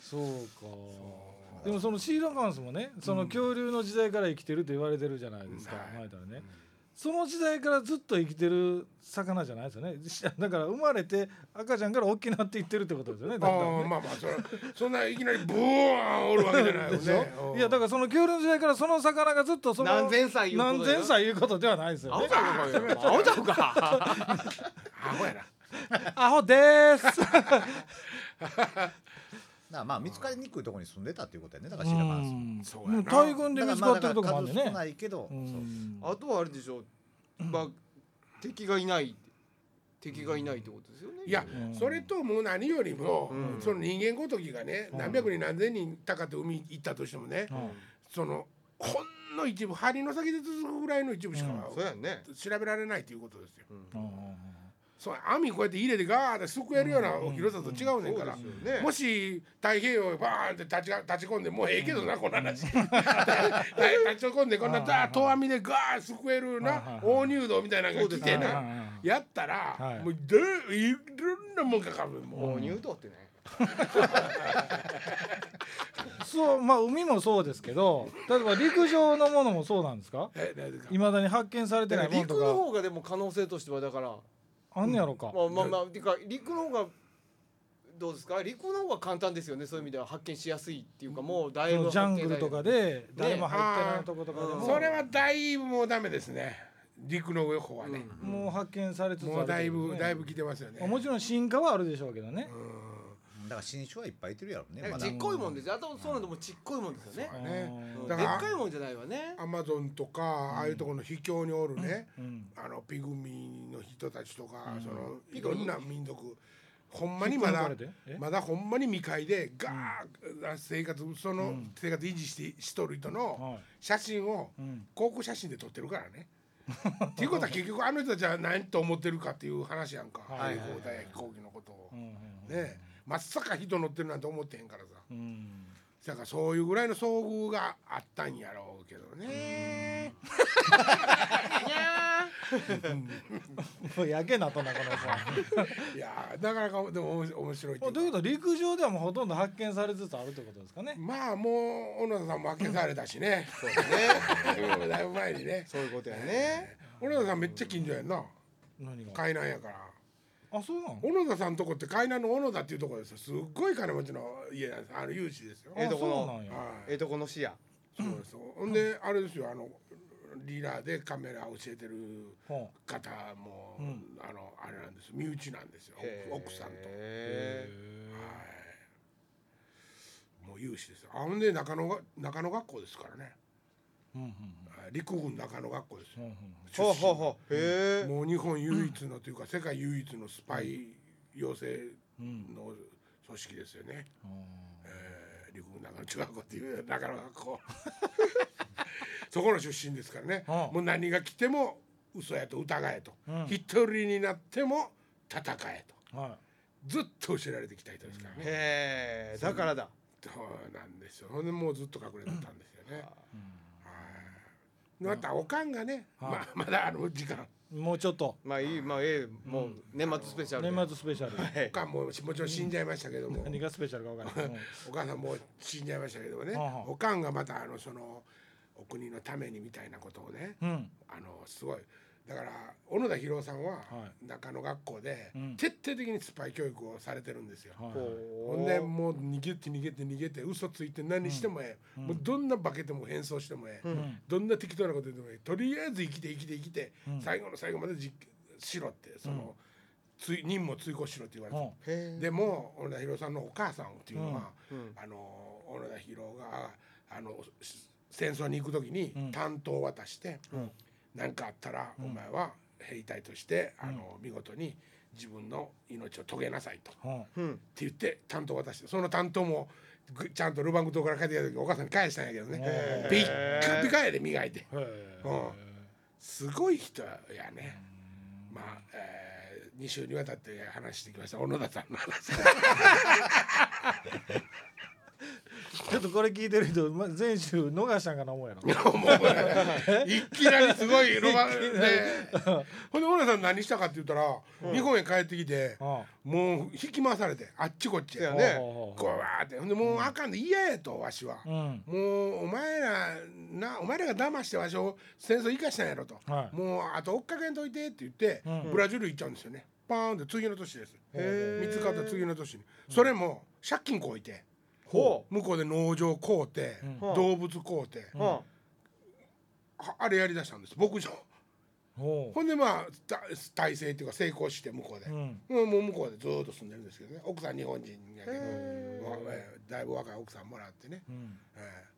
Speaker 3: そうかでもそのシーラカンスもねその恐竜の時代から生きてると言われてるじゃないですか、
Speaker 2: うん
Speaker 3: 前からね、その時代からずっと生きてる魚じゃないですよね しだから生まれて赤ちゃんから大きくなっていってるってことですよねだんだん
Speaker 2: ああまあまあそれそんないきなりブワーンおるわけじゃないよ
Speaker 3: でしょ
Speaker 2: ね。うん
Speaker 3: いやだ からその恐竜の時代からその魚がずっとその
Speaker 4: 何千歳いうこと
Speaker 3: 何千歳いうことではないですよね
Speaker 4: アホちゃ うか
Speaker 2: アホやな。
Speaker 3: アホでーす
Speaker 5: らまあ見つかりにくいところに住んでたっていうことやねだから知らな
Speaker 3: う
Speaker 5: い
Speaker 3: ん
Speaker 2: そうやな
Speaker 3: もう大群で
Speaker 5: だか
Speaker 3: 見
Speaker 5: ら
Speaker 3: つ
Speaker 5: ま
Speaker 3: か
Speaker 5: あ
Speaker 3: ってる
Speaker 5: だか
Speaker 3: とこもあ
Speaker 5: ら
Speaker 3: るん
Speaker 5: 数
Speaker 3: で
Speaker 5: 少
Speaker 3: ね
Speaker 5: ないけど
Speaker 3: う
Speaker 5: そうん
Speaker 4: あとはあれでしょまあ敵がいない敵がいないってことですよね
Speaker 2: いや
Speaker 3: うん
Speaker 2: それともう何よりも
Speaker 4: うん
Speaker 2: その人間ごときがね
Speaker 3: うん
Speaker 2: 何百人何千人いたかって海行ったとしてもね
Speaker 3: うん
Speaker 2: そのほんの一部針の先で続くぐらいの一部しか
Speaker 4: そうやんね
Speaker 2: 調べられないということですよ。
Speaker 3: うん
Speaker 2: そう網こうやって入れてガーッてすくえるような広さと違うねんから。
Speaker 4: そうですよね
Speaker 2: もし太平洋へバーンって立ちが立ち込んでもうええけどな、この話 立ち込んでこんなザー遠網でガーッすくえる
Speaker 3: はいはい
Speaker 2: な
Speaker 3: はい
Speaker 2: 大入道みたいなのが来て
Speaker 3: うん
Speaker 2: なやったら、
Speaker 3: はい
Speaker 2: もうでいろんなもんかかるもう、
Speaker 4: もう入道ってね
Speaker 3: そうまあ海もそうですけど例えば陸上のものもそうなんですか
Speaker 2: え何ですか
Speaker 3: いまだに発見されてないもの
Speaker 4: 陸の
Speaker 3: と
Speaker 4: 方がでも可能性としてはだから
Speaker 3: かあんねやろか、
Speaker 4: まあまあまあてか陸の方がどうですか陸の方が簡単ですよねそういう意味では発見しやすいっていうかもうだい
Speaker 3: そ
Speaker 4: ぶ
Speaker 3: のジャングルとかで誰も
Speaker 4: ね
Speaker 3: 入ってないとことかで
Speaker 4: あ
Speaker 3: も
Speaker 4: ー
Speaker 2: それはだいぶもうダメですね陸の上方はね、
Speaker 3: もう発見されつつある
Speaker 2: もうだいぶ、
Speaker 3: とうことでね
Speaker 2: だいぶ来てますよね
Speaker 3: もちろん進化はあるでしょうけどね、
Speaker 5: だから新種はいっぱいいてるやろね
Speaker 4: なん
Speaker 5: ま
Speaker 4: か
Speaker 5: だ
Speaker 4: ちっこいもんですよあとそうなんでもちっこいもんですよね
Speaker 2: うんね
Speaker 3: あ
Speaker 4: うん
Speaker 2: だ
Speaker 4: で
Speaker 2: か
Speaker 4: っ
Speaker 2: ら
Speaker 4: かいもんじゃないわね
Speaker 2: アマゾンとか、ああいうところの秘境におるね、
Speaker 3: うん
Speaker 2: あのピグミの人たちとか、そのい
Speaker 4: ピ
Speaker 2: ろ
Speaker 4: グミ
Speaker 2: んな民族ほんまにまだ
Speaker 3: 引っこ抜かれてえ
Speaker 2: まだほんまに未開でガーッ生活その生活維持してしとる人
Speaker 3: は
Speaker 2: の
Speaker 3: い
Speaker 2: 写真を
Speaker 3: うん
Speaker 2: 航空写真で撮ってるから ね。っていうことは結局あの人たちは何と思ってるかっていう話やんか
Speaker 3: はい
Speaker 2: 飛行隊や飛行機のことを
Speaker 3: う。ん
Speaker 2: ねえまっさか人乗ってるなんて思ってへんからさ。
Speaker 3: うん
Speaker 2: だからそういうぐらいの遭遇があったんやろうけどね。
Speaker 3: もうやけなとなこのさ
Speaker 2: いやーなかなかでも面白いってい
Speaker 3: というう
Speaker 2: か。
Speaker 3: ことは陸上ではもうほとんど発見されつつあるということですかね
Speaker 2: まあもう小野田さんも開けされたしね。
Speaker 4: そうだね
Speaker 2: うん だいぶ前にね。
Speaker 4: そういうことやね
Speaker 2: 小野田さんめっちゃ近所やんな。
Speaker 3: 何が
Speaker 2: 海南やから。
Speaker 3: あそうなの
Speaker 2: 小野田さんとこって海南の小野田っていうとこですよ。すっごい金持ちの家なんです。あの有志ですよ。
Speaker 4: ええ
Speaker 3: あ
Speaker 4: とこ
Speaker 3: そうなんや
Speaker 2: はい
Speaker 4: え。えとこの視野
Speaker 2: そうですよ。ほんであれですよ。あのリーダーでカメラ教えてる
Speaker 3: ほ
Speaker 2: 方も、あのあれなんです。身内なんですよ。奥さんと。
Speaker 4: へ
Speaker 2: もう有志ですよ。あほんで中野が中野学校ですからね。
Speaker 3: ううんうん
Speaker 2: はい陸軍中野学校ですよ
Speaker 3: うんうん
Speaker 4: えほうほうほうへえ
Speaker 2: もう日本唯一のというか、世界唯一のスパイ養成の組織ですよね、えー陸軍中野中学校っていう中野学校 そこの出身ですからね、
Speaker 3: ああ
Speaker 2: もう何が来ても嘘やと疑えと、
Speaker 3: うん
Speaker 2: 一人になっても戦えと
Speaker 3: うんはい
Speaker 2: ずっと教えられてきた人ですからね、
Speaker 4: へえだからだ
Speaker 2: そうなんですよほんでもうずっと隠れてたんですよね、はいまたおかんがね、
Speaker 3: はい
Speaker 2: まあまだあの時間
Speaker 3: もうちょっと
Speaker 4: まあいいまあええもう年末スペシャルで
Speaker 3: 年末スペシャル
Speaker 2: おかんももちろん死んじゃいましたけども、
Speaker 3: 何がスペシャルか分からない
Speaker 2: お母さんもう死んじゃいましたけどもね、
Speaker 3: はあはあ
Speaker 2: おかんがまたあのそのお国のためにみたいなことをね、
Speaker 3: うんうん
Speaker 2: あのすごいだから小野田博夫さんは中野学校で
Speaker 3: うん
Speaker 2: 徹底的にスパイ教育をされてるんですよ。
Speaker 3: はいはい
Speaker 4: ほ
Speaker 2: ほんでもう逃げて逃げて逃げて嘘ついて何してもええ、もうどんな化けても変装してもええ、
Speaker 3: ん
Speaker 2: どんな適当なこと言ってもええとりあえず生きて生きて生きて、最後の最後までじしろってその、つい任務を追行しろって言われて、
Speaker 3: ほ
Speaker 4: へえ
Speaker 2: でも小野田博さんのお母さんっていうのは、
Speaker 4: うんうん
Speaker 2: あの小野田博があのし戦争に行く時に
Speaker 3: ん
Speaker 2: 担当を渡して
Speaker 3: ううん
Speaker 2: 何、なん、かあったらお前は兵隊として、あの見事に自分の命を遂げなさいと。
Speaker 3: ほ
Speaker 4: うん
Speaker 2: って言って担当渡してその担当もぐちゃんとルバンク島から帰ってきた時お母さんに返したんやけどねピッカピカやで磨いて、
Speaker 3: うへ
Speaker 2: う
Speaker 3: え
Speaker 2: ん、すごい人やねまあ、え2週にわたって話してきました小野田さんの話
Speaker 3: ちょっとこれ聞いてる人ま前週逃したんかな 思うやろ
Speaker 2: もうねいきなりすごいロマンでほんで小野さん何したかって言ったら、日本へ帰ってきて
Speaker 3: あ
Speaker 2: もう引き回されてあっちこっち
Speaker 4: せ
Speaker 2: へ
Speaker 4: や
Speaker 3: あ
Speaker 2: こ
Speaker 4: ね
Speaker 3: ほ
Speaker 2: うわーってほんでもうあかんで嫌やとわしは。
Speaker 3: うほううん
Speaker 2: もうお前らなお前らが騙してわしを戦争生かしたんやろと、
Speaker 3: はい
Speaker 2: もうあと追っかけんといてって言って、
Speaker 3: うん
Speaker 2: ブラジル行っちゃうんですよねパーンって次の年です
Speaker 4: へ
Speaker 2: 見
Speaker 4: ー
Speaker 2: つかった次の年にそれも借金こいて
Speaker 4: ほ
Speaker 2: 向こうで農場こうて、
Speaker 3: うん
Speaker 2: 動物こうて、
Speaker 4: うは
Speaker 2: ああれやりだしたんです牧場
Speaker 3: ほ
Speaker 2: ほんでまあた体制っていうか成功して向こうで
Speaker 3: うう、ん
Speaker 2: うんもう向こうでずーっと住んでるんですけどね奥さん日本人やけど、
Speaker 4: へー
Speaker 2: わえーだいぶ若い奥さんもらってね
Speaker 3: うん
Speaker 2: ええ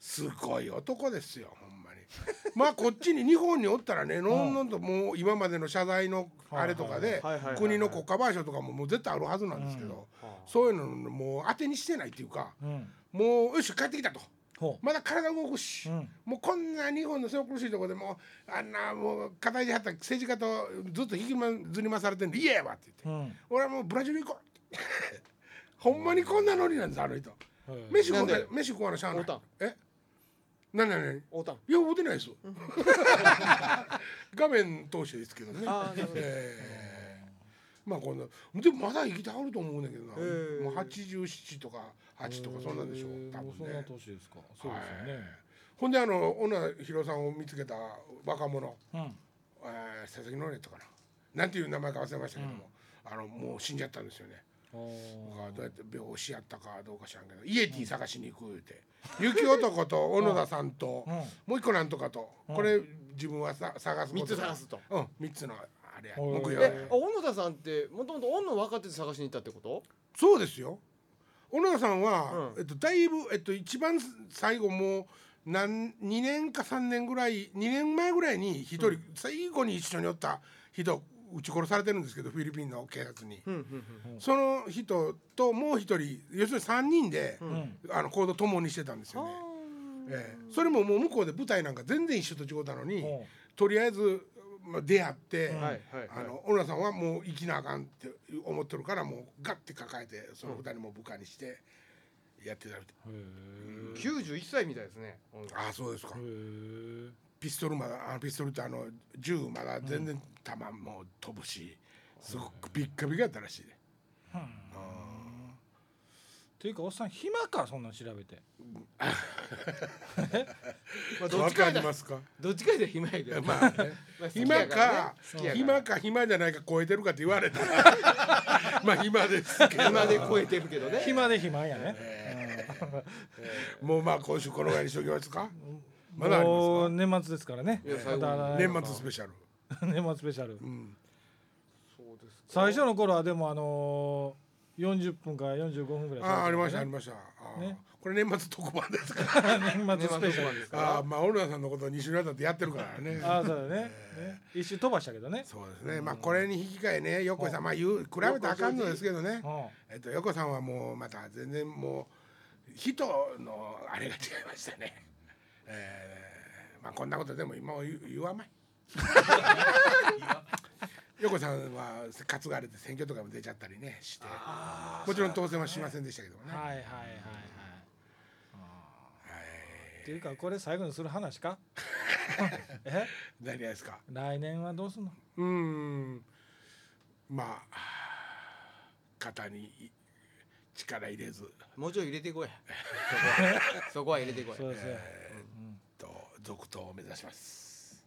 Speaker 2: すごい男ですよほ んまにまあこっちに日本におったらねのんのんともう今までの謝罪のあれとかで
Speaker 4: はいはいはい
Speaker 2: 国の国家賠償とかももう絶対あるはずなんですけど、そういうのもう当てにしてないっていうか
Speaker 3: うん
Speaker 2: もうよし帰ってきたと
Speaker 3: ほ
Speaker 2: まだ体動くし、
Speaker 3: ううん
Speaker 2: もうこんな日本のそう苦しいところでもうあんなもう肩いではった政治家とずっと引きまずり回されてるの嫌やわって言って、
Speaker 3: うん
Speaker 2: 俺はもうブラジル行こう ほんまにこんなノリなんですあの人。
Speaker 3: へ
Speaker 2: 飯食わな
Speaker 4: ないんで
Speaker 2: 飯食わなしゃあな
Speaker 4: お
Speaker 2: いう
Speaker 4: たん
Speaker 2: えなになになに
Speaker 4: おうたん
Speaker 2: い や覚えてないですよ画面通してですけどね
Speaker 4: あーなるほど
Speaker 2: えーまあこんなでもまだ生きてはると思うねんだけどな、
Speaker 4: へー
Speaker 2: もう87とか8とかそんなんでしょう
Speaker 3: ー
Speaker 2: 多
Speaker 3: もうそ
Speaker 2: 分
Speaker 3: んな
Speaker 2: ね
Speaker 3: 年ですかそうですよね
Speaker 2: ほんであの小野博さんを見つけた若者、
Speaker 3: うん
Speaker 2: えー、佐々木ノレットかななんていう名前か忘れましたけども、あのもう死んじゃったんですよね
Speaker 3: ほ
Speaker 2: 僕はどうやって病死やったかどうか知らんけどイエティ探しに行くって雪男と小野田さんと
Speaker 3: うん
Speaker 2: もう一個なんとかとこれ自分はさ探すこ と
Speaker 4: 三つ探すと
Speaker 2: うん三つのあれや
Speaker 3: お
Speaker 2: 目
Speaker 3: ー
Speaker 2: 標や
Speaker 4: えあ小野田さんってもともと小野若手で探しに行ったってこと
Speaker 2: そうですよ小野田さんは
Speaker 4: うん
Speaker 2: えっとだいぶえっと一番最後もう何2年か3年ぐらい2年前ぐらいに一人最後に一緒におった人撃ち殺されてるんですけどフィリピンの警察に
Speaker 4: うんうん
Speaker 2: その人ともう一人要するに3人で
Speaker 4: う
Speaker 3: うんん
Speaker 2: あの行動共にしてたんですよね。
Speaker 4: は
Speaker 2: ええそれももう向こうで舞台なんか全然一緒と違うたのに
Speaker 3: ほ
Speaker 2: とりあえずまあ出会って、
Speaker 4: あはいはい
Speaker 2: あ
Speaker 4: はい
Speaker 2: の小野田さんはもう生きなあかんって思ってるからもうガッて抱えてその二人も部下にしてやってたみたい、
Speaker 3: うへー
Speaker 4: 91歳みたいですね小野田さん
Speaker 2: ああそうですか
Speaker 3: へー
Speaker 2: ピストルまだあのピストルってあの銃まだ全然弾も飛ぶしすごくビッカビカやったらしいで、
Speaker 3: っていうかおっさん暇かそんなん調べて
Speaker 4: まあ
Speaker 2: わ
Speaker 4: どっち
Speaker 2: か
Speaker 4: か
Speaker 2: り
Speaker 4: だ
Speaker 2: ますか
Speaker 4: どっちかで暇やけど
Speaker 2: まあね
Speaker 4: まあ好き
Speaker 2: 暇
Speaker 4: やらね
Speaker 2: か
Speaker 4: 好きやら
Speaker 2: 暇か暇じゃないか超えてるかって言われた らまあ暇ですけど
Speaker 4: 暇で超えてるけどね
Speaker 3: 暇で暇やね
Speaker 2: もうまあ今週このぐらいにしときますか。まだあり
Speaker 3: もう
Speaker 2: ま
Speaker 3: 年末ですからね
Speaker 4: いや
Speaker 3: ま
Speaker 4: 最後に
Speaker 3: た
Speaker 2: すか。
Speaker 3: 来
Speaker 2: 年末スペシャル。
Speaker 3: 年末スペシャル
Speaker 2: うん。
Speaker 4: そうですか
Speaker 3: 最初の頃はでもあのー、40分から45分ぐらい喋ってたね、
Speaker 2: ああありましたありました。あー
Speaker 3: ね
Speaker 2: これ年末特番ですから。
Speaker 3: 年末スペシャル
Speaker 4: です
Speaker 2: ああまあ小野田さんのことを二週にわたってやってるからね。
Speaker 3: ああそうだねね一周飛ばしたけどね
Speaker 2: そうですね。まあこれに引き換えね横井さんまあ言う比べたらあかんのですけどね
Speaker 3: う。ん
Speaker 2: えっと横井さんはもうまた全然もう人のあれが違いましたね。えー、まあこんなことでも今は言う言わ ない。横井さんは担がれて選挙とかも出ちゃったりねして。もちろん当選はしませんでしたけどもね。
Speaker 3: はいはいはいはいっていうかこれ最後にする話かえ
Speaker 2: 何がですか。
Speaker 3: 来年はどうすんの
Speaker 2: うーん。まあ肩に力入れず
Speaker 4: もうちょい入れてこいそこはそこは入れてこい
Speaker 3: そうですよ
Speaker 2: と続投を目指します。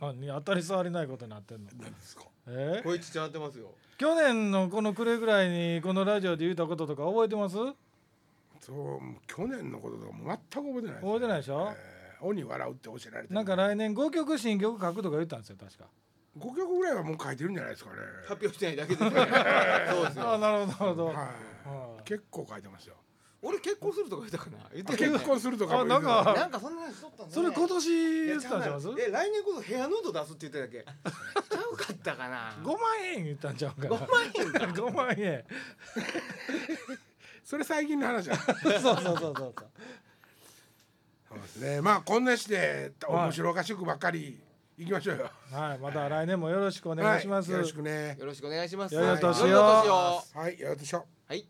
Speaker 3: 何当たり障りないことになってんの
Speaker 2: 何ですか。
Speaker 3: え
Speaker 4: こいつちゃんってますよ
Speaker 3: 去年のこの暮れぐらいにこのラジオで言ったこととか覚えてます
Speaker 2: そうもう去年のこととかもう全く覚えてないです、
Speaker 3: 覚えてないでしょ
Speaker 2: えー鬼笑うって教えられてる
Speaker 3: なんか来年5曲新曲書くとか言ったんですよ確か
Speaker 2: 5曲ぐらいはもう書いてるんじゃないですかね。
Speaker 4: 発表してないだけですからそうです
Speaker 3: ああ
Speaker 4: よ
Speaker 3: なるほどなるほど、
Speaker 2: はい。結構書いてますよ。
Speaker 4: 俺結婚するとか言ったかな言ってたよ
Speaker 2: 結
Speaker 4: ね
Speaker 2: 婚するとかも
Speaker 3: あなん
Speaker 2: 言うけど
Speaker 3: か
Speaker 4: んかそんな話しとったんだ
Speaker 3: それ今年言ったんちゃいます
Speaker 4: え来年こそヘアヌード出すって言ってただけちゃうかったかな
Speaker 3: 5万円言ったんちゃうかな
Speaker 4: 5万円か
Speaker 3: 5万円
Speaker 2: それ最近の話 だ。
Speaker 3: そうそうそうそうそう
Speaker 2: そうですね。まあこんなして
Speaker 3: はい
Speaker 2: 面白おかしくばっかり行きましょうよ。
Speaker 3: はい、また来年もよろしくお願いします。
Speaker 2: はい、よろしくね。
Speaker 4: よろしくお願いします
Speaker 3: 良いお年を
Speaker 4: 良いお年を
Speaker 2: はい、よろしく。
Speaker 4: はい